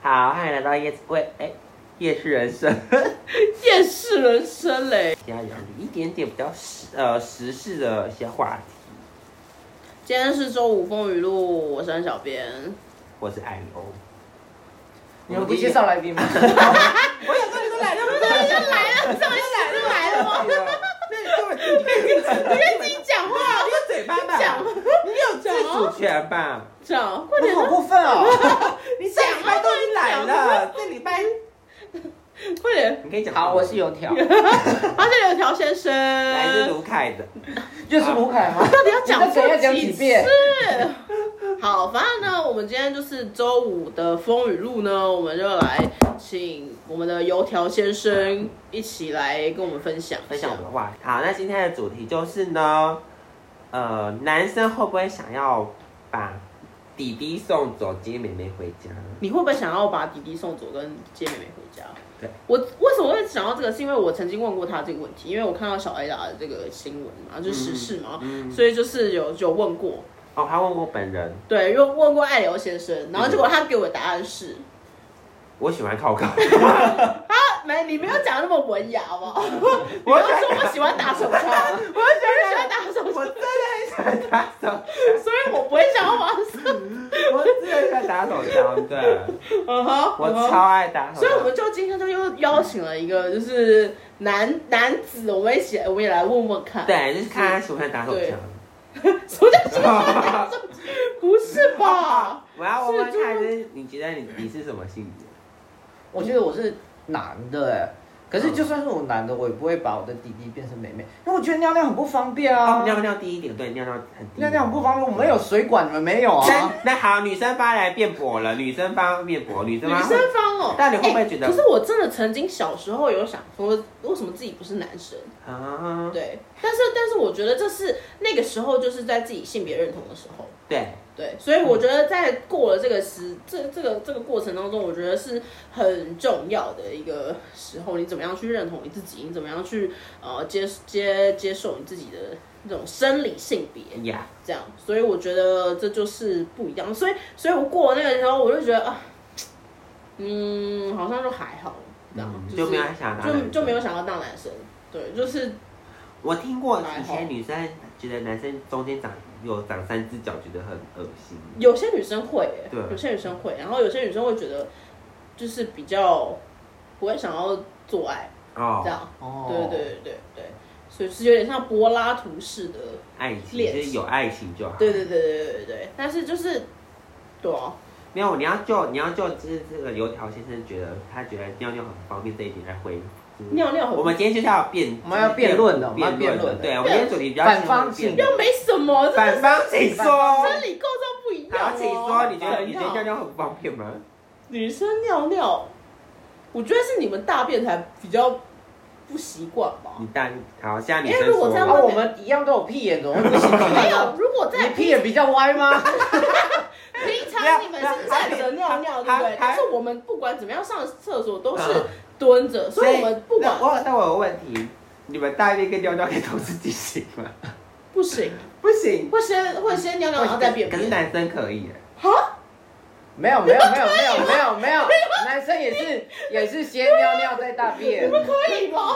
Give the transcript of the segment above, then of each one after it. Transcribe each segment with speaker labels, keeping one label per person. Speaker 1: 好，欢迎来到夜喂哎夜市人生，
Speaker 2: 厌世人生嘞！
Speaker 1: 要有一点点比较时呃时事的一些话题。
Speaker 2: 今天是周五风雨录，我是安小编。
Speaker 1: 我是艾欧，
Speaker 3: 你们不介绍来宾 吗？
Speaker 1: 我有这里都来了，我
Speaker 2: 对，就来了，上一次就来了吗？
Speaker 1: 那你你
Speaker 2: 你自己讲话，
Speaker 1: 有嘴巴吧？
Speaker 2: 讲
Speaker 1: 你有自主权吧？
Speaker 2: 讲，快
Speaker 3: 你
Speaker 2: 点
Speaker 3: 好过分哦！
Speaker 1: 你上礼拜都已经来了，这礼拜
Speaker 2: 快点！
Speaker 1: 你可以讲。
Speaker 3: 好，我是油条，
Speaker 2: 他是柳条先生，
Speaker 1: 来自卢凯的，
Speaker 3: 又是卢凯吗？
Speaker 2: 到底要讲
Speaker 3: 你在怎样
Speaker 2: 这
Speaker 3: 讲
Speaker 2: 几
Speaker 3: 几
Speaker 2: 次
Speaker 3: 遍？
Speaker 2: 好，反正呢，我们今天就是周五的风雨录呢，我们就来请我们的油条先生一起来跟我们分享
Speaker 1: 分享我们的话题。好，那今天的主题就是呢，呃，男生会不会想要把弟弟送走，接妹妹回家？
Speaker 2: 你会不会想要把弟弟送走，跟接妹妹回家？
Speaker 1: 对，
Speaker 2: 我为什么会想到这个？是因为我曾经问过他这个问题，因为我看到小 A 打的这个新闻嘛，就是时事嘛，
Speaker 1: 嗯，
Speaker 2: 所以就是有有问过，
Speaker 1: 哦，他问过本人，
Speaker 2: 对，因为问过爱流先生，
Speaker 1: 嗯
Speaker 2: 然后结果他给我的答案是，
Speaker 1: 我喜欢靠靠，
Speaker 2: 啊没，你没有讲那么文雅好不
Speaker 1: 嗯
Speaker 2: 好？ 你
Speaker 1: 我
Speaker 2: 要
Speaker 1: 喜欢
Speaker 2: 说我喜欢打 手枪，我喜欢打手
Speaker 1: 我
Speaker 2: 枪，
Speaker 1: 真的很喜欢打手，
Speaker 2: 所以我不会想要往上，
Speaker 1: 我真的很喜欢打手枪，对，
Speaker 2: 嗯哼，
Speaker 1: 我
Speaker 2: 嗯哼
Speaker 1: 超爱打手
Speaker 2: 所以
Speaker 1: 枪。
Speaker 2: 我们就今天就又邀请了一个就是男男子，我们一起我们也来问问看，
Speaker 1: 对，就是看他喜不喜欢打手枪。
Speaker 2: 什 么叫喜欢打手？不是吧？
Speaker 1: 我要问问看，就是你觉得你你是什么性别？
Speaker 3: 我觉得我是男的哎，可是就算是我男的，我也不会把我的弟弟变成妹妹，因为我觉得尿尿很不方便
Speaker 1: 哦
Speaker 3: 啊，。
Speaker 1: 尿尿第一点，对，尿尿很低。
Speaker 3: 尿尿很不方便，我们有水管，你们没有
Speaker 1: 那
Speaker 3: 啊？
Speaker 1: 那好，女生发来辩驳了，女生发辩驳，女生
Speaker 2: 女
Speaker 1: 发
Speaker 2: 生方哦，
Speaker 1: 但你会不会觉得
Speaker 2: 哎可是我真的曾经小时候有想说，为什么自己不是男生？
Speaker 1: 啊，
Speaker 2: 对，但是但是我觉得这是那个时候就是在自己性别认同的时候，
Speaker 1: 对，
Speaker 2: 对，所以我觉得在过了这个时这这个这个过程当中，我觉得是很重要的一个时候，你怎么样去认同你自己，你怎么样去呃接接接受你自己的那种生理性别，
Speaker 1: 呀，
Speaker 2: 这样，所以我觉得这就是不一样。所以，所以我过那个时候，我就觉得啊，嗯，好像就还好，这样、
Speaker 1: 嗯
Speaker 2: 是
Speaker 1: 就没有想当男
Speaker 2: 就
Speaker 1: 生
Speaker 2: 就没有想要当男生。对，就是
Speaker 1: 我听过
Speaker 2: 还
Speaker 1: 以
Speaker 2: 好
Speaker 1: 前女生觉得男生中间长有长三只脚，觉得很恶心。
Speaker 2: 有些女生会、欸
Speaker 1: 对，
Speaker 2: 有些女生会，然后有些女生会觉得就是比较不会想要做爱这
Speaker 1: 哦，
Speaker 2: 样。
Speaker 3: 哦
Speaker 2: 对对对对对，所以是有点像柏拉图式的。
Speaker 1: 爱情
Speaker 2: 恋
Speaker 1: 就是有爱情就好。
Speaker 2: 对对对对对对对，但是就是，对啊，
Speaker 1: 没有，你要就你要就就是这个油条先生觉得他觉得尿尿很方便这一点来回。就是
Speaker 2: 尿尿很
Speaker 1: 我们今天就是要辩，
Speaker 3: 我们要辩论的我们要
Speaker 1: 辩
Speaker 3: 辩论的
Speaker 1: 对，我们今天主题比较
Speaker 3: 反方
Speaker 1: 辩论
Speaker 3: 性
Speaker 2: 又没什么，真的
Speaker 1: 反
Speaker 2: 是
Speaker 1: 方，请
Speaker 3: 反方
Speaker 1: 说。
Speaker 2: 生理构造不一样、
Speaker 1: 好，
Speaker 2: 哦。
Speaker 1: 请说，你觉得你觉得
Speaker 2: 怎
Speaker 1: 尿
Speaker 2: 样
Speaker 1: 尿很方便吗？
Speaker 2: 女生尿尿，我觉得是你们大便才比较不习惯吧。
Speaker 1: 你大好，现在女
Speaker 2: 因为
Speaker 1: 生
Speaker 2: 如果
Speaker 1: 说
Speaker 2: 这
Speaker 3: 啊，
Speaker 2: 样
Speaker 1: 吧
Speaker 3: 我们一样都有屁眼，怎么会不行
Speaker 2: 没
Speaker 3: 呢
Speaker 2: 有，？如果
Speaker 3: 你
Speaker 2: 在
Speaker 3: 屁眼比较歪 吗？
Speaker 2: 平常你们是站着尿尿，对不
Speaker 1: 他他？
Speaker 2: 对但是我们不管怎么样上厕所都是
Speaker 1: 嗯
Speaker 2: 蹲着，所以我们不
Speaker 1: 那
Speaker 2: 管
Speaker 1: 我那我有问题，你们大便跟尿尿可以同时进行吗？
Speaker 2: 不行，
Speaker 1: 不行，
Speaker 2: 会先会先尿尿，然后再便
Speaker 1: 可是
Speaker 2: 便。
Speaker 1: 男生可以耶。
Speaker 2: 哈，
Speaker 3: 没有没有没有没有没有没有，男生也是也是先尿尿再大便，
Speaker 2: 可以吗？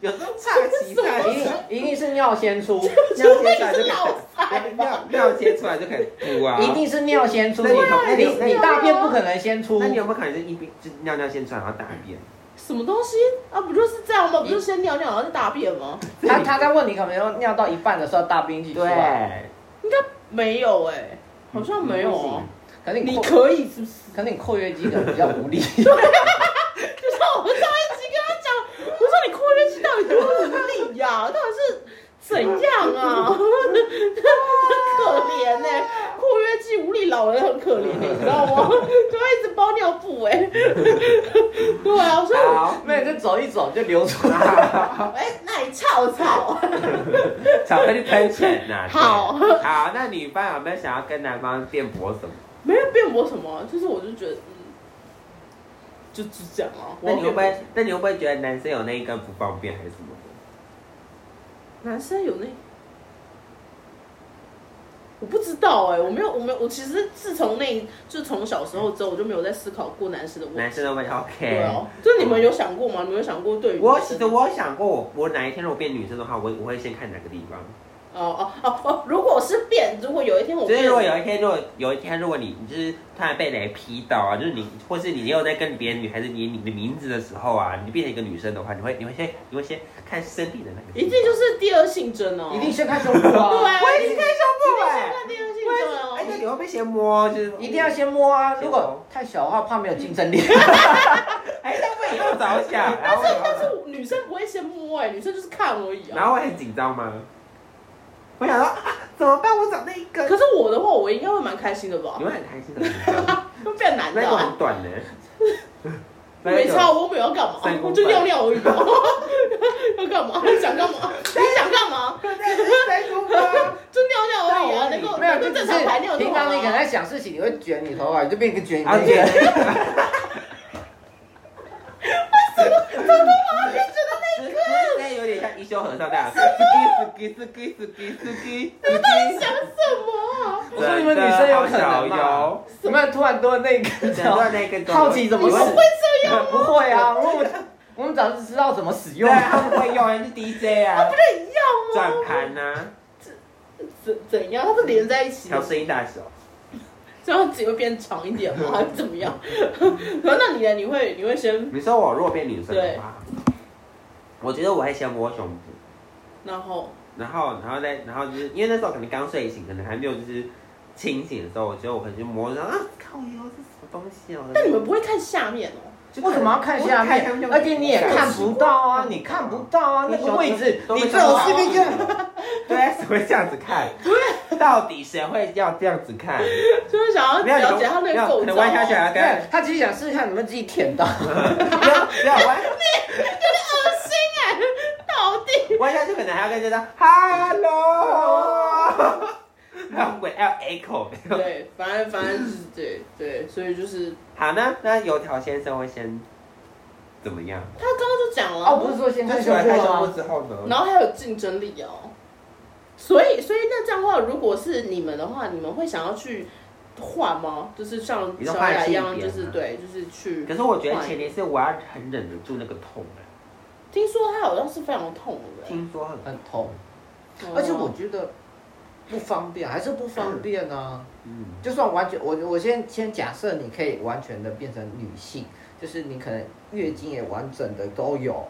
Speaker 1: 有时候岔气岔
Speaker 3: 一
Speaker 1: 气
Speaker 3: 定，一定是尿先出，
Speaker 1: 尿
Speaker 2: 那
Speaker 1: 接出来
Speaker 2: 个
Speaker 1: 就是
Speaker 2: 老
Speaker 1: 可
Speaker 2: 塞
Speaker 1: 以，
Speaker 2: 吧
Speaker 1: 尿？尿接出来就可以吐啊。
Speaker 3: 一定是尿先出，
Speaker 1: 那
Speaker 3: 你
Speaker 1: 你同那你
Speaker 3: 你
Speaker 1: 那你
Speaker 3: 你大便不可能先出
Speaker 1: 那，你有没有可能是一边就尿尿先出来，然后大便？
Speaker 2: 什么东西啊？不就是这样吗？不就先尿尿，然后再大便吗？
Speaker 3: 他他在问你可能要尿到一半的时候大便一起出来，
Speaker 1: 对，
Speaker 2: 应该没有哎、好像没有
Speaker 1: 不
Speaker 2: 哦
Speaker 1: 行、
Speaker 3: 可能你
Speaker 2: 你
Speaker 3: 括
Speaker 2: 可以是不是？
Speaker 3: 可能你括约肌可能比较无力，
Speaker 2: 就像我们上一集跟他讲，我说你扩约肌到底多无力呀、啊到底是怎样啊？ 很可怜呢、括约肌无力，老人很可怜、欸你知道吗？ 就会一直包尿布哎、 对啊，所以我
Speaker 1: 好，
Speaker 3: 那你就走一走就流出来。
Speaker 2: 哎、那你臭 操，
Speaker 1: 巧克力喷泉呐。对
Speaker 2: 好
Speaker 1: 好，那女方有没有想要跟男方辩驳什么？
Speaker 2: 没有辩驳什么，啊就是我就觉得嗯，就就这样啊。
Speaker 1: 那你会不
Speaker 2: 我
Speaker 1: 会
Speaker 2: 要辩？
Speaker 1: 那你会不会觉得男生有那一根不方便还是什么的？
Speaker 2: 男生有那？我不知道哎、我没有，我没有，我其实自从那一，就从小时候之后，我就没有再思考过男生的问
Speaker 1: 男
Speaker 2: 题。
Speaker 1: 生的问题 OK
Speaker 2: 对。哦，就你们有想过吗？你们有想过对于
Speaker 1: 我
Speaker 2: 女
Speaker 1: 其
Speaker 2: 生
Speaker 1: 实我有想过，我我哪一天如果变女生的话，我我会先看哪个地方。
Speaker 2: 哦哦哦哦，如果是变，如果有一天我
Speaker 1: 就
Speaker 2: 变
Speaker 1: 是如果啊有一天，如果有一天，如果你你就是突然被雷劈到啊，就是你，或是你又在跟别的女孩子你你的名字的时候啊，你变成一个女生的话，你会你会先你会先看身体的那个。
Speaker 2: 一定就是第二性征哦，
Speaker 3: 一定先看胸部啊，
Speaker 2: 对啊，
Speaker 1: 我
Speaker 2: 一
Speaker 1: 一直
Speaker 2: 定
Speaker 1: 看胸部哎
Speaker 2: 先、看第二性征哦。
Speaker 1: 哎，那你会被先摸，就是
Speaker 3: 一定要先摸啊！
Speaker 1: 先摸
Speaker 3: 如果太小的话，怕没有竞争力。
Speaker 1: 哎，他为以后着想，然
Speaker 2: 但
Speaker 1: 后
Speaker 2: 是但是女生不会先摸哎、女生就是看而已
Speaker 1: 然
Speaker 2: 啊。
Speaker 1: 后我很紧张吗？我想说、啊、怎么办？我找那一个，
Speaker 2: 可是我的话，我应该会蛮开心的吧
Speaker 1: 你？会很开 心的，那
Speaker 2: 会变男的、
Speaker 1: 个
Speaker 2: 啊，
Speaker 1: 很短呢，
Speaker 2: 没差，我没有要干嘛
Speaker 1: 三，公分
Speaker 2: 我就尿尿而已嘛。 要干嘛？ 你想干嘛？ 你想干嘛？
Speaker 1: 三公分，
Speaker 2: 就尿尿而已啊，能够
Speaker 3: 没有，
Speaker 2: 能
Speaker 3: 就
Speaker 2: 够正
Speaker 3: 只是
Speaker 2: 常排尿就
Speaker 3: 平
Speaker 2: 好啊
Speaker 3: 常你可能
Speaker 2: 了。
Speaker 3: 在想事情，你会卷你头发，你就变一个卷
Speaker 1: 啊
Speaker 3: 你
Speaker 1: 对
Speaker 3: 卷。
Speaker 1: 那有点像一休和尚那样，咕叽咕叽咕叽咕叽咕叽咕叽。
Speaker 2: 想什么啊？
Speaker 3: 我说你们女生有可能吗
Speaker 1: 有？
Speaker 3: 你们突然多那
Speaker 1: 整个
Speaker 3: 个，
Speaker 1: 那个
Speaker 3: 好奇怎么
Speaker 2: 你们会这样？
Speaker 3: 不会啊，我们我们早就知道怎么使
Speaker 1: 对
Speaker 3: 用。
Speaker 1: 啊，他们会用，是 DJ 啊，
Speaker 2: 不是一样
Speaker 1: 转
Speaker 2: 吗？
Speaker 1: 盘啊，
Speaker 2: 怎怎样？它是连在一起的
Speaker 1: 调，声音大小。
Speaker 2: 这样子会变长一点吗？还是怎么样？可那你呢？你会你会先，
Speaker 1: 你说我如果变女生的话，我觉得我会先摸胸部，
Speaker 2: 然后
Speaker 1: 然后然后再然后就是因为那时候可能刚睡醒，可能还没有就是清醒的时候，我觉得我可能就摸着啊，靠腰这是什么东西哦。
Speaker 2: 但你们不会看下面哦。
Speaker 1: 就可
Speaker 3: 为
Speaker 1: 能
Speaker 3: 什么要看下
Speaker 1: 我看下面
Speaker 3: 面？而且你也看不到啊，你看不到啊，那个位置，你最好是那个。
Speaker 1: 个。 对啊，谁会这样子看？对，到底谁会要这样子看？
Speaker 2: 就是想要
Speaker 1: 没有
Speaker 2: 了解它那
Speaker 1: 没有
Speaker 2: 个构
Speaker 1: 可
Speaker 2: 造
Speaker 1: 能弯下去
Speaker 2: 啊。
Speaker 1: 还要
Speaker 3: 对
Speaker 1: 跟他，
Speaker 3: 他其实想试一下你们自己舔到。
Speaker 1: 不要不要弯，
Speaker 2: 恶心哎、到底
Speaker 1: 弯下去可能还要跟人家说 hello，还 要鬼还要 echo。
Speaker 2: 对，反正反正就是对对，所以就是
Speaker 1: 好，那那油条先生会先怎么样？
Speaker 2: 他刚刚就讲了， 啊
Speaker 3: 哦，不是说先
Speaker 1: 就
Speaker 3: 看
Speaker 1: 喜
Speaker 3: 胸
Speaker 1: 欢 看胸部
Speaker 3: 部吗？
Speaker 1: 之后呢？
Speaker 2: 然后还有竞争力哦。所以所以那这样的话，如果是你们的话，你们会想要去换吗？就是像
Speaker 1: 你说
Speaker 2: 小
Speaker 1: 换
Speaker 2: 雅一
Speaker 1: 性
Speaker 2: 样，
Speaker 1: 别
Speaker 2: 就是
Speaker 1: 吗
Speaker 2: 对，就是去。
Speaker 1: 可是我觉得前提是我要很忍得住那个痛欸
Speaker 2: 听说他好像是非常痛的欸，
Speaker 1: 听说很
Speaker 3: 很痛，
Speaker 2: 哦
Speaker 3: 而且我觉得不方便，还是不方便啊。
Speaker 1: 嗯，
Speaker 3: 就算完全，我我先先假设你可以完全的变成女性，就是你可能月经也完整的都有，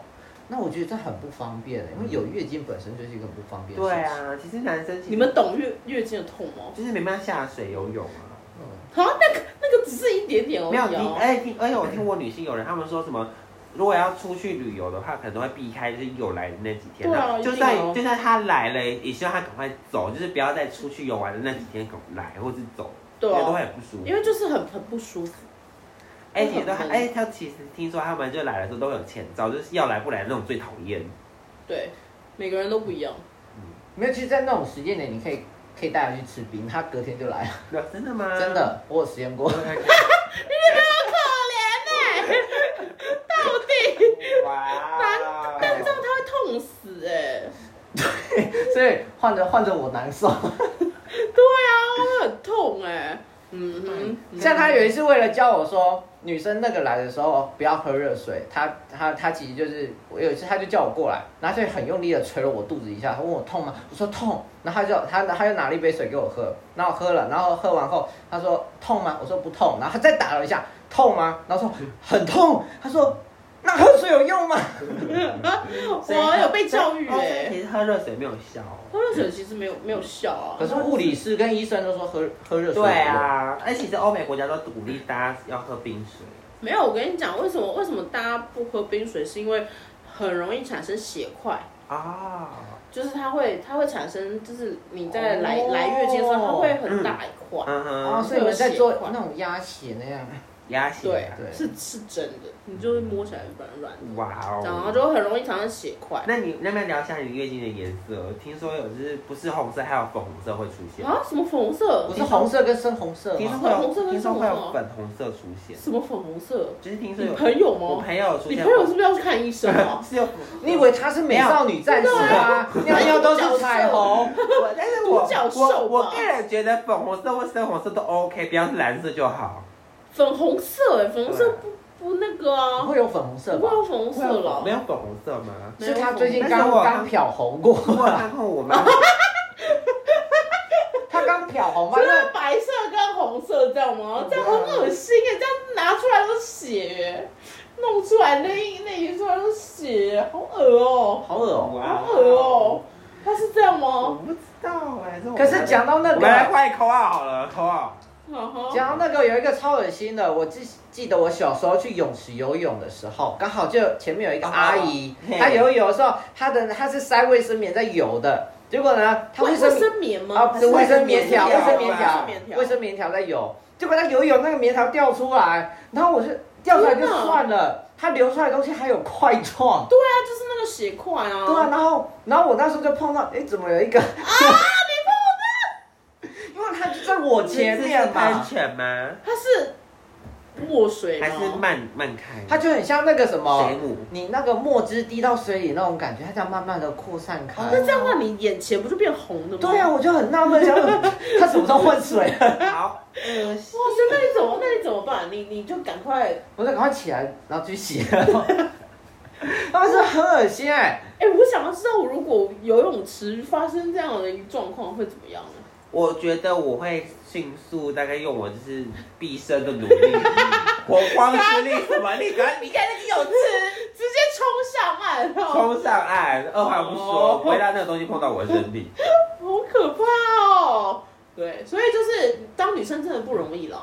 Speaker 3: 那我觉得这很不方便、欸因为有月经本身就是一个很不方便的事
Speaker 1: 对
Speaker 3: 情。，
Speaker 1: 啊，其实男生其实
Speaker 2: 你们懂月月经的痛吗？
Speaker 1: 就是没办法下水游泳啊。
Speaker 3: 嗯，
Speaker 2: 啊，那个那个只是一点点而
Speaker 1: 没有哎
Speaker 2: 已
Speaker 1: 听，
Speaker 2: 哦。
Speaker 1: 而且听，而且我听过女性友人，她们说什么，如果要出去旅游的话，可能会避开就是有来的那几天，
Speaker 2: 对啊
Speaker 1: 然后
Speaker 2: 一定
Speaker 1: 就算
Speaker 2: 哦
Speaker 1: 就算她来了，也希望她赶快走，就是不要再出去游玩的那几天赶快来或是走，
Speaker 2: 对
Speaker 1: 因为都
Speaker 2: 啊，
Speaker 1: 会很不舒服
Speaker 2: 因。为就是很很不舒服。
Speaker 1: 而且都还
Speaker 2: 很
Speaker 1: 哎，她其实听说他们就来的时候都有前兆，就是要来不来那种最讨厌。
Speaker 2: 对，每个人都不一样。
Speaker 3: 没有，其实，在那种时间点，你可以可以带她去吃冰，她隔天就来了，
Speaker 1: 那真的吗？
Speaker 3: 真。的，我有实 验过。
Speaker 2: 可怜哎、到底
Speaker 1: 哇！
Speaker 2: 但这样他会痛死哎、
Speaker 3: 所以换着换着我难受。
Speaker 2: 对啊，会很痛哎、嗯哼，嗯
Speaker 3: 像她有一次为了教我说，女生那个来的时候不要喝热水，她她她其实就是我有一次她就叫我过来，然后她就很用力的捶了我肚子一下，她问我痛吗？我说痛，然后她就她她就拿了一杯水给我喝，然后我喝了，然后喝完后她说痛吗？我说不痛，然后她再打了一下，痛吗？然后说很痛，她说那喝水有用吗？
Speaker 2: 我有被教育
Speaker 1: 哦所以
Speaker 2: 哎、欸，
Speaker 1: 其实喝热水没有效哦。
Speaker 2: 喝热水其实没有没有效啊。
Speaker 3: 可是物理师跟医生都说喝喝热水有
Speaker 1: 对
Speaker 3: 用，
Speaker 1: 啊，而且其实欧美国家都鼓励大家要喝冰水。
Speaker 2: 没有，我跟你讲，为什么为什么大家不喝冰水，是因为很容易产生血块。
Speaker 1: 啊，
Speaker 2: 就是它会，它会产生，就是你在来、
Speaker 3: 哦
Speaker 2: 来月经的时候，它会很大一块。
Speaker 1: 嗯
Speaker 3: 哦，
Speaker 1: 哼，
Speaker 3: 所以你们在做那种压血那样，
Speaker 1: 压血
Speaker 2: 对
Speaker 1: 啊，
Speaker 3: 对
Speaker 2: 是是真的，你就会摸起来软软的，
Speaker 1: 哇哦，
Speaker 2: 然后就很容易产生血块。
Speaker 1: 那你那边聊一下你月经的颜色，听说有就是不是红色，还有粉红色会出现，
Speaker 2: 啊，什么粉红色
Speaker 3: 不？是红色跟深红色
Speaker 1: 听
Speaker 3: 吗？
Speaker 1: 说会
Speaker 2: 红色
Speaker 1: 有
Speaker 2: 跟
Speaker 1: 听说会
Speaker 2: 什
Speaker 1: 有
Speaker 2: 么
Speaker 1: 粉红色出现，
Speaker 2: 什么粉红色？
Speaker 1: 就是听说
Speaker 2: 你
Speaker 1: 有
Speaker 2: 朋友
Speaker 1: 我
Speaker 2: 吗？
Speaker 1: 朋友有出
Speaker 2: 你
Speaker 1: 现？
Speaker 2: 朋友是不是要去看医生 啊
Speaker 1: 是有，
Speaker 3: 你以为她是美少女战士 吗？尿尿都是彩虹，
Speaker 1: 我，但是 我
Speaker 2: 独角兽
Speaker 1: 我我
Speaker 2: 吧
Speaker 1: 个人觉得粉红色或深红色都 OK，不要是蓝色就好。
Speaker 2: 粉红色哎，粉红色不不那个
Speaker 3: 不
Speaker 2: 啊，
Speaker 3: 会有粉红色啊
Speaker 2: 不
Speaker 3: 吧
Speaker 2: 会？有粉红色了
Speaker 1: 没。有粉红色吗？
Speaker 2: 没有
Speaker 3: 是她最近
Speaker 1: 但
Speaker 3: 刚
Speaker 1: 是我
Speaker 3: 刚漂红过，
Speaker 1: 我 有看过我妈，
Speaker 3: 她刚漂红嘛？
Speaker 2: 就
Speaker 3: 那
Speaker 2: 是白色跟红色这样吗？这样很恶心哎，这样拿出来都血耶，弄出来那一那一出来都血耶， 好恶哦、
Speaker 3: 好恶哦。
Speaker 1: 哇
Speaker 2: 好恶哦、他是这样
Speaker 1: 我
Speaker 2: 吗？
Speaker 1: 不知道哎、这我
Speaker 3: 可是讲到那
Speaker 1: 我们来
Speaker 3: 个，
Speaker 1: 换口号好了，口号。
Speaker 3: 嗯
Speaker 2: 啊哈
Speaker 3: 讲到那个有一个超恶心的，我记记得我小时候去泳池游泳的时候，刚好就前面有一个阿姨
Speaker 1: 哦，嘿
Speaker 3: 她游泳的时候，她的她是塞卫生棉在游的，结果呢，她卫
Speaker 2: 卫
Speaker 3: 生棉。
Speaker 2: 生棉吗？
Speaker 3: 啊，不是卫生棉条，卫啊
Speaker 1: 还是
Speaker 3: 生
Speaker 1: 卫
Speaker 3: 棉
Speaker 1: 生
Speaker 3: 条
Speaker 2: 棉，条
Speaker 3: 卫生棉条在游，结果他游泳那个棉条掉出来，然后我是掉出来就
Speaker 2: 天哪
Speaker 3: 算了，它流出来的东西还有块状，
Speaker 2: 对啊，就是那个血块啊。
Speaker 3: 对啊，然后然后我那时候就碰到，哎，怎么有一个啊，你碰 到，因为它就在我前面
Speaker 1: 安
Speaker 3: 嘛，
Speaker 1: 全吗？
Speaker 2: 它是墨水吗？
Speaker 1: 还是慢慢开？
Speaker 3: 它就很像那个什么
Speaker 1: 水母，
Speaker 3: 你那个墨汁滴到水里那种感觉，它这样慢慢的扩散
Speaker 1: 哦
Speaker 3: 开。
Speaker 2: 那这样的话，你眼前不就变红的吗？
Speaker 3: 对啊，我就很纳闷，想说 它什么时候换水了？
Speaker 1: 好恶心
Speaker 2: 哇塞，那你怎么，那你怎么办？你你就赶快，
Speaker 3: 我就赶快起来，然后 去洗。他们是很恶心哎、
Speaker 2: 哎、我想要知道，如果游泳池发生这样的一个状况会怎么样呢？
Speaker 1: 我觉得我会迅速大概用我就是毕生的努力， 火光之力什么，你赶你赶紧有
Speaker 2: 直直接冲上岸哦，
Speaker 1: 冲上岸，二话不说，
Speaker 2: 哦
Speaker 1: 不会让那个东西碰到我的身体。
Speaker 2: 好可怕哦！对，所以就是当女生真的不容易啦，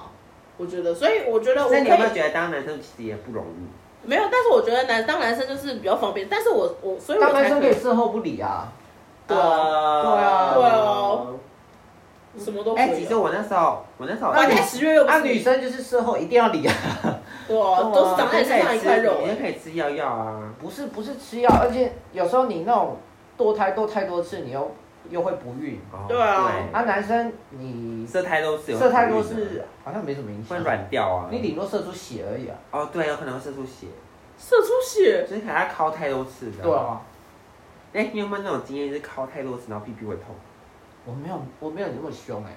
Speaker 2: 我觉得，所以我觉得我可
Speaker 1: 那你有没有
Speaker 2: 以
Speaker 1: 觉得当男生其实也不容易？
Speaker 2: 没有，但是我觉得男当男生就是比较方便，但是我我所以我
Speaker 3: 当男
Speaker 2: 才
Speaker 3: 生可
Speaker 2: 可以
Speaker 3: 以事后不理啊。
Speaker 2: 对啊，
Speaker 3: 啊
Speaker 2: 对啊。什么都可
Speaker 1: 哎，
Speaker 2: 以
Speaker 1: 其实
Speaker 2: 啊。
Speaker 1: 我那时候，我那时候，
Speaker 2: 反正十月又不
Speaker 3: 啊，
Speaker 2: 是
Speaker 3: 女，生就是事后一定要理啊，
Speaker 2: 对啊，都是长在你身上一块肉
Speaker 1: 你就
Speaker 2: 哎。
Speaker 1: 可以吃药药啊。
Speaker 3: 不是不是吃药，而且有时候你那种堕胎堕太多次，你又又会不孕。
Speaker 1: 哦
Speaker 2: 对啊
Speaker 3: 啊，男生你
Speaker 1: 色胎都是有
Speaker 3: 射太多
Speaker 1: 可能的
Speaker 3: 次好像没什么影
Speaker 1: 会
Speaker 3: 响，
Speaker 1: 软掉啊。
Speaker 3: 你顶多射出血而已啊。
Speaker 1: 哦，对，有可能会射出血，
Speaker 2: 射出血，
Speaker 1: 就是给他敲太多次的。
Speaker 3: 对。啊，
Speaker 1: 哎，你有没有那种经验，就是敲太多次，然后屁屁会痛？
Speaker 3: 我没有我没有你那么凶哎、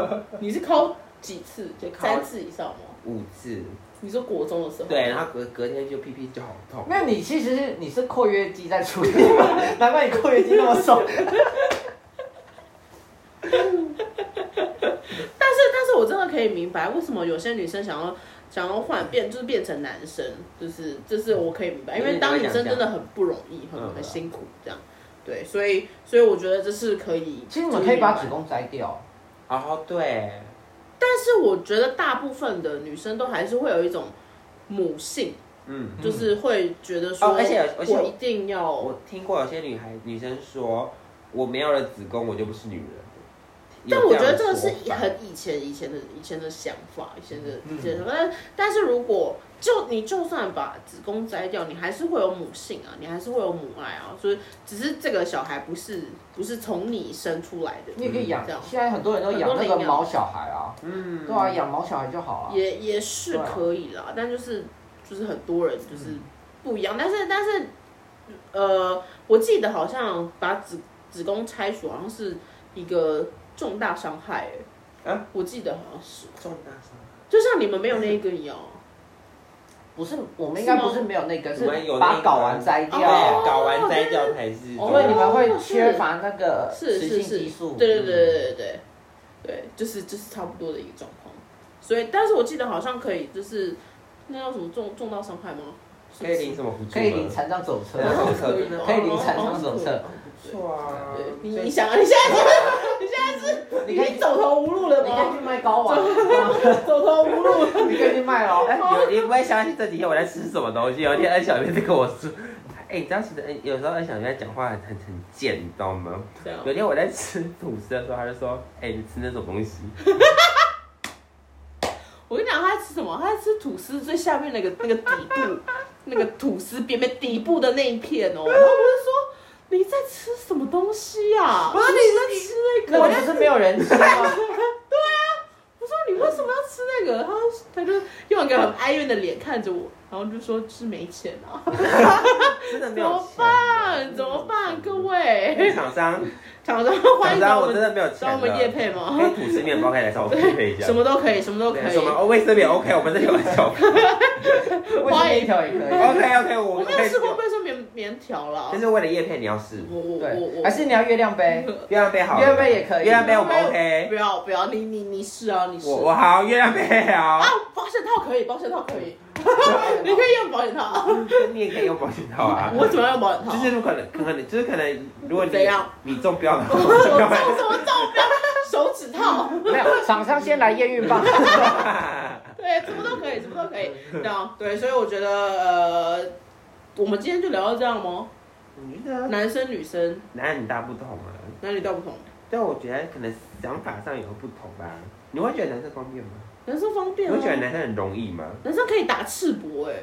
Speaker 2: 你是抠几次？就
Speaker 1: 抠
Speaker 2: 三次以上吗？
Speaker 1: 五次，
Speaker 2: 你说国中的时候？
Speaker 1: 对，然后隔隔天就屁屁就好痛。
Speaker 3: 那你其实是你是括约肌在处理吧，难怪你括约肌那么 松。
Speaker 2: 但是，但是我真的可以明白为什么有些女生想要想要换变，就是变成男生，就是这是我可以明白，因为当女生真的很不容易，很很辛苦这样。对，所以所以我觉得这是可以。
Speaker 3: 其实你们可以把
Speaker 2: 就是
Speaker 3: 子
Speaker 2: 明白，
Speaker 3: 宫摘掉，
Speaker 1: 哦，对，
Speaker 2: 但是我觉得大部分的女生都还是会有一种母性，
Speaker 1: 嗯，
Speaker 2: 就是会觉得说，
Speaker 1: 哦而且而且
Speaker 2: 我一定要。
Speaker 1: 我听过有些女孩女生说，我没有了子宫，我就不是女人。
Speaker 2: 但
Speaker 1: 有
Speaker 2: 我觉
Speaker 1: 样
Speaker 2: 得
Speaker 1: 的
Speaker 2: 这个是
Speaker 1: 说法嗯
Speaker 2: 很以前以前的以前的想法，以前的以前的想法。但但是如果就你就算把子宫摘掉，你还是会有母性啊，你还是会有母爱啊。所以只是这个小孩不是不是从你生出来的，
Speaker 3: 你也可以养
Speaker 2: 这样。
Speaker 3: 现在很多人都养那个毛小孩啊，
Speaker 1: 嗯
Speaker 3: 对啊，养毛小孩就好了、啊
Speaker 2: 也也是可以啦。但就是就是很多人就是不一样，
Speaker 1: 啊
Speaker 2: 但是但是呃，我记得好像把子子宫拆除好像是一个重大伤害、欸，
Speaker 1: 啊，
Speaker 2: 我记得好像是。
Speaker 1: 重大伤
Speaker 2: 就像你们没有那一根一样，
Speaker 3: 不是，我们应该不是没有那个，
Speaker 1: 是吗我们有
Speaker 3: 是
Speaker 1: 那个
Speaker 3: 把睾丸摘掉，
Speaker 1: 对，
Speaker 2: 哦
Speaker 1: 睾丸摘掉才是。
Speaker 2: 哦
Speaker 3: 因为你们会
Speaker 2: 哦
Speaker 3: 缺乏那个
Speaker 2: 是
Speaker 3: 雌性
Speaker 2: 是
Speaker 3: 激
Speaker 2: 是
Speaker 3: 素，，
Speaker 2: 对对对对对
Speaker 3: 嗯
Speaker 2: 对，对，就是就是差不多的一个状况。所以，但是我记得好像可以，就是那叫什么重重大伤害吗？是
Speaker 1: 可
Speaker 2: 不是
Speaker 1: 以淋什么辅助吗？
Speaker 3: 可以淋残障手册，
Speaker 1: 然后
Speaker 2: 可以
Speaker 1: 可以
Speaker 3: 可以淋残障手
Speaker 1: 哦
Speaker 3: 册，嗯
Speaker 1: 不错啊
Speaker 2: 对，你
Speaker 1: 所以
Speaker 2: 你想啊，你现在
Speaker 3: 你
Speaker 2: 已
Speaker 3: 可以
Speaker 2: 经走投无路了
Speaker 3: 你可以
Speaker 2: 吗？
Speaker 3: 去卖睾丸，
Speaker 1: 哦
Speaker 3: 啊
Speaker 2: 走投无路，
Speaker 3: 你可以去卖哦。
Speaker 1: 哎， 有你不会相信这几天我在吃什么东 西？有一哦天恩小妹在跟我说，哎、你知道其实恩有时候恩小妹在讲话很很很贱，你知道吗？
Speaker 2: 这样
Speaker 1: 有一天我在 吃吐司的时候，她就说，哎、你吃那种东西，
Speaker 2: 我跟你讲，他在吃什么？他在吃吐司最下面那个那个底部， 那个吐司边边底部的那一片哦。然后我就说你在吃什么东西啊？
Speaker 1: 不是
Speaker 2: 你在吃那
Speaker 3: 那
Speaker 2: 个
Speaker 3: 个？不是没有人吃 啊吗？
Speaker 2: 啊我说你为什么要吃那个？他他就用一个很哀怨的脸看着我，然后就说就是没钱啊，
Speaker 1: 真的
Speaker 2: 怎
Speaker 1: 没有
Speaker 2: 么
Speaker 1: 钱啊
Speaker 2: 办？怎么办？各位，
Speaker 1: 厂商，
Speaker 2: 厂商欢
Speaker 1: 厂
Speaker 2: 迎找
Speaker 1: 商，
Speaker 2: 我
Speaker 1: 我真
Speaker 2: 们
Speaker 1: 的没有钱啊
Speaker 2: 找我
Speaker 1: 了。
Speaker 2: 们叶配吗？
Speaker 1: 可以吐司面包可以来找我们叶配一下。
Speaker 2: 什么都可以，什么都可
Speaker 1: 对
Speaker 2: 以
Speaker 1: 什。么？哦，卫生棉 OK，我们这里有 小。
Speaker 3: 欢迎一条也可以。
Speaker 1: OK OK，我
Speaker 2: 我
Speaker 1: 们
Speaker 2: 没
Speaker 1: 可
Speaker 2: 有
Speaker 1: 以
Speaker 2: 吃过贝说棉棉条啦
Speaker 1: 但。是为了叶配你要试。
Speaker 2: 我我我
Speaker 3: 对，
Speaker 2: 我，
Speaker 3: 还是你要月亮杯？
Speaker 1: 月亮杯好了，
Speaker 3: 月亮杯也可以
Speaker 1: 月亮杯我
Speaker 2: 不要
Speaker 1: 们 OK，
Speaker 2: 不要不要，你你你是啊，你是。
Speaker 1: 我我好，月亮杯好
Speaker 2: 啊，，保险套可以，保险套可 以，你可以用保险套。
Speaker 1: 你也可以用保险套啊。
Speaker 2: 我怎么要用保险套？
Speaker 1: 就是如果可能，可能就是可能，如果你
Speaker 2: 怎样
Speaker 1: 你中标了，
Speaker 2: 我中什么中标？手指套，
Speaker 3: 没有，厂商先来验孕棒。
Speaker 2: 对，什么都可以，什么都可以。这样对，所以我觉得呃，我们今天就聊到这样吗？
Speaker 1: 你觉得
Speaker 2: 男生女生
Speaker 1: 男女大不同啊？
Speaker 2: 男女大不同，
Speaker 1: 但我觉得可能想法上有不同吧。你会觉得男生方便吗？
Speaker 2: 男生方
Speaker 1: 你
Speaker 2: 便
Speaker 1: 会觉得
Speaker 2: 啊，
Speaker 1: 男生很容易吗？
Speaker 2: 男生可以打赤膊哎、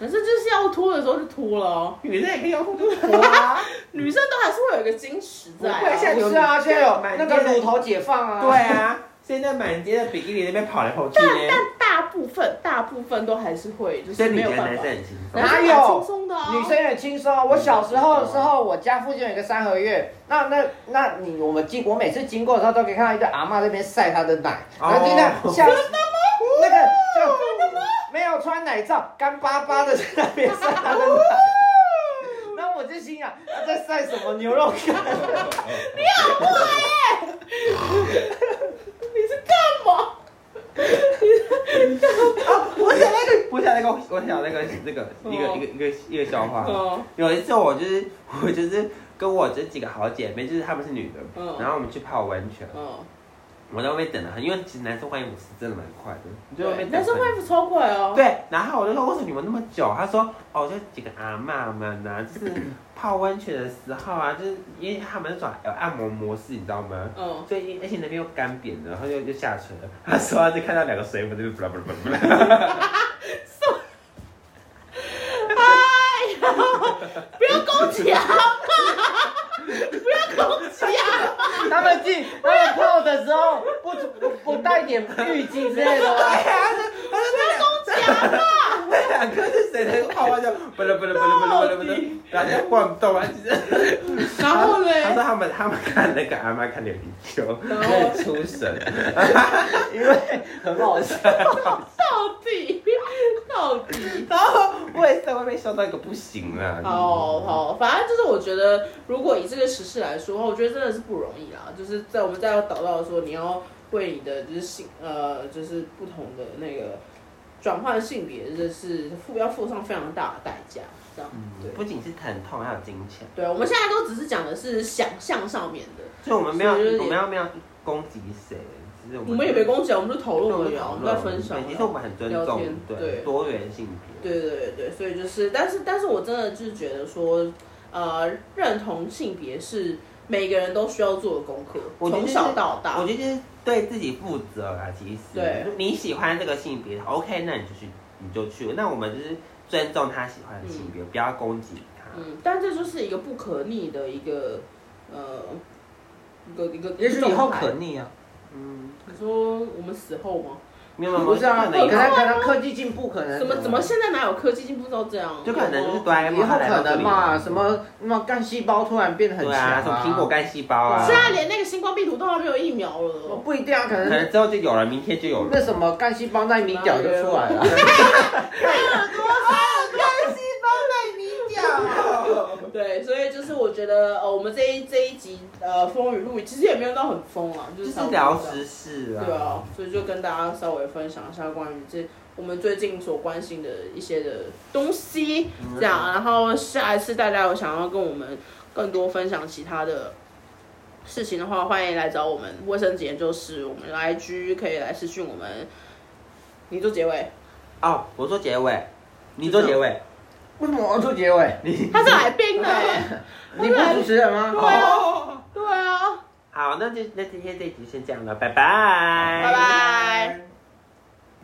Speaker 2: 男生就是要脱的时候就脱了、哦，
Speaker 1: 女生也可以用裤子脱啊。
Speaker 2: 女生都还是会有一个矜持在、啊。
Speaker 1: 不会像
Speaker 3: 不是啊，现在有那个乳头解放啊。
Speaker 1: 对啊，现在满街的比基尼那边跑来跑去
Speaker 2: 但但
Speaker 1: 呢，
Speaker 2: 大部分大部分都还是会，就
Speaker 1: 所欸以
Speaker 2: 是
Speaker 1: 你
Speaker 2: 没
Speaker 1: 觉
Speaker 2: 有
Speaker 1: 得
Speaker 2: 办
Speaker 1: 男
Speaker 2: 法
Speaker 1: 生。很轻松
Speaker 2: 男？生
Speaker 3: 哪有
Speaker 2: 蛮轻松的、啊，
Speaker 3: 女生也轻松啊。我小时候的时候，我家附近有一个三合院，那那那你我们经我每次经过的时候，都可以看到一堆阿嬷在那边晒她的奶，然后就那样
Speaker 1: 哦
Speaker 3: 像那个就没有穿奶罩，干巴巴的在那边晒她的奶。那我就心想，她在晒什么牛肉干？
Speaker 2: 你是干嘛？
Speaker 1: 我想那个，我想那个，我想那个那个一
Speaker 2: 哦
Speaker 1: 个一个一个一个笑话。
Speaker 2: 嗯
Speaker 1: 有一次我就是我就是跟我这几个好姐妹，就是她们是女的，
Speaker 2: 嗯
Speaker 1: 然后我们去泡温泉，
Speaker 2: 嗯，
Speaker 1: 我在外面等了很，因为其实男生换衣服是真的蛮快的，你在外
Speaker 2: 对，啊
Speaker 1: 面等
Speaker 2: 男生
Speaker 1: 很
Speaker 2: 换衣服超快哦。，
Speaker 1: 对，然后我就说为什么你们那么久？他说哦，就几个阿嬷们啊，就是泡温泉的时候啊，就是因为他们那种有按摩模式，你知道吗？
Speaker 2: 嗯，
Speaker 1: 所以而且那边又干扁了，然后又又下垂了。他说他就看到两个水母在那边不啦不啦不啦。
Speaker 2: 哎不要攻击啊！不要攻击啊！
Speaker 3: 他们进他们泡的时候不不不带点浴巾之类的啊吗？
Speaker 1: 他说那两个是谁在泡温泉？不啦不啦不啦不啦不啦不
Speaker 2: 到
Speaker 1: 啦
Speaker 2: 底，
Speaker 1: 然后就晃动啊，就是。
Speaker 2: 然后 嘞，
Speaker 1: 他说他们他们看那个阿嬷看脸皮球，
Speaker 2: 然后
Speaker 1: 很出神。
Speaker 3: 因为很好笑。
Speaker 2: 到底到底。
Speaker 1: 然后我也是在外面笑到一个不行了。
Speaker 2: 好好，反正就是我觉得，如果以这个时事来说的话，我觉得真的是不容易啦。就是在我们在要祷告的时候，你要为你的就是性呃，就是不同的那个转换性别，就是付要付上非常大的代价，这样对。
Speaker 1: 不仅是疼痛，还有金钱，
Speaker 2: 对，我们现在都只是讲的是想象上面的，
Speaker 1: 所以我们没有，
Speaker 2: 所以就是
Speaker 1: 我们要没有攻击谁，只是我
Speaker 2: 我们也没攻击啊，我们就讨
Speaker 1: 我
Speaker 2: 论而
Speaker 1: 们
Speaker 2: 已啊，
Speaker 1: 讨
Speaker 2: 我
Speaker 1: 论
Speaker 2: 们在分享啊。
Speaker 1: 对其实我们很尊
Speaker 2: 聊
Speaker 1: 重
Speaker 2: 天对
Speaker 1: 多元性别。
Speaker 2: 对对对对，所以就是，但是但是我真的就是觉得说，呃，认同性别是每个人都需要做的功课，
Speaker 1: 我觉得
Speaker 2: 从
Speaker 1: 就是
Speaker 2: 小到
Speaker 3: 啊
Speaker 2: 大
Speaker 1: 我。觉得就是对自己负责啦，其实。
Speaker 2: 对。
Speaker 1: 你喜欢这个性别，OK，那你就去，你就去。那我们就是尊重他喜欢的性
Speaker 3: 嗯
Speaker 1: 别，不要攻击他。
Speaker 2: 嗯，但这就是一个不可逆的一个，呃，一个一个。
Speaker 3: 也许以后可
Speaker 2: 逆。
Speaker 3: 逆啊，
Speaker 1: 嗯，
Speaker 2: 你说我们死后吗？
Speaker 1: 没有没有，
Speaker 3: 不是啊，
Speaker 1: 可能
Speaker 3: 可能
Speaker 1: 以后
Speaker 3: 可能科技进步，可能
Speaker 2: 怎么怎么现在哪有科技进步到这样？
Speaker 1: 就可能就是
Speaker 2: 哦
Speaker 1: 哆啦 A
Speaker 3: 以
Speaker 1: 梦
Speaker 3: 后
Speaker 1: 他来到
Speaker 3: 可
Speaker 1: 这
Speaker 3: 能
Speaker 1: 里
Speaker 3: 嘛？什么什么干细胞突然变得很
Speaker 1: 对
Speaker 3: 强
Speaker 1: 啊，什么苹果干细胞啊，
Speaker 2: 现在连那个新冠病毒都还没有疫苗了哦。
Speaker 3: 不一定啊，可
Speaker 1: 可
Speaker 3: 能
Speaker 1: 能之后就有了，明天就有了。
Speaker 3: 那什么干细胞在你屌就出来了。
Speaker 2: 对，所以就是我觉得，呃，我们这一这一集呃风雨录影其实也没有到很疯啊，就
Speaker 1: 就是是聊
Speaker 2: 时
Speaker 1: 时事啊。
Speaker 2: 对啊，所以就跟大家稍微分享一下关于这我们最近所关心的一些的东西，这样，然后下一次大家有想要跟我们更多分享其他的。事情的话，欢迎来找我们卫生纸研究室，我们的 IG 可以来私讯我们。你做结尾，
Speaker 1: 哦，我做结尾，你做结尾。
Speaker 3: 为什么我要做结尾？
Speaker 2: 他是来宾的、
Speaker 3: 哎
Speaker 2: 欸，
Speaker 3: 你不是主持人吗？
Speaker 1: 哦，
Speaker 2: 对啊，
Speaker 1: 好，那就那今天这集先这样了，拜拜，
Speaker 2: 拜
Speaker 1: 拜
Speaker 2: 拜。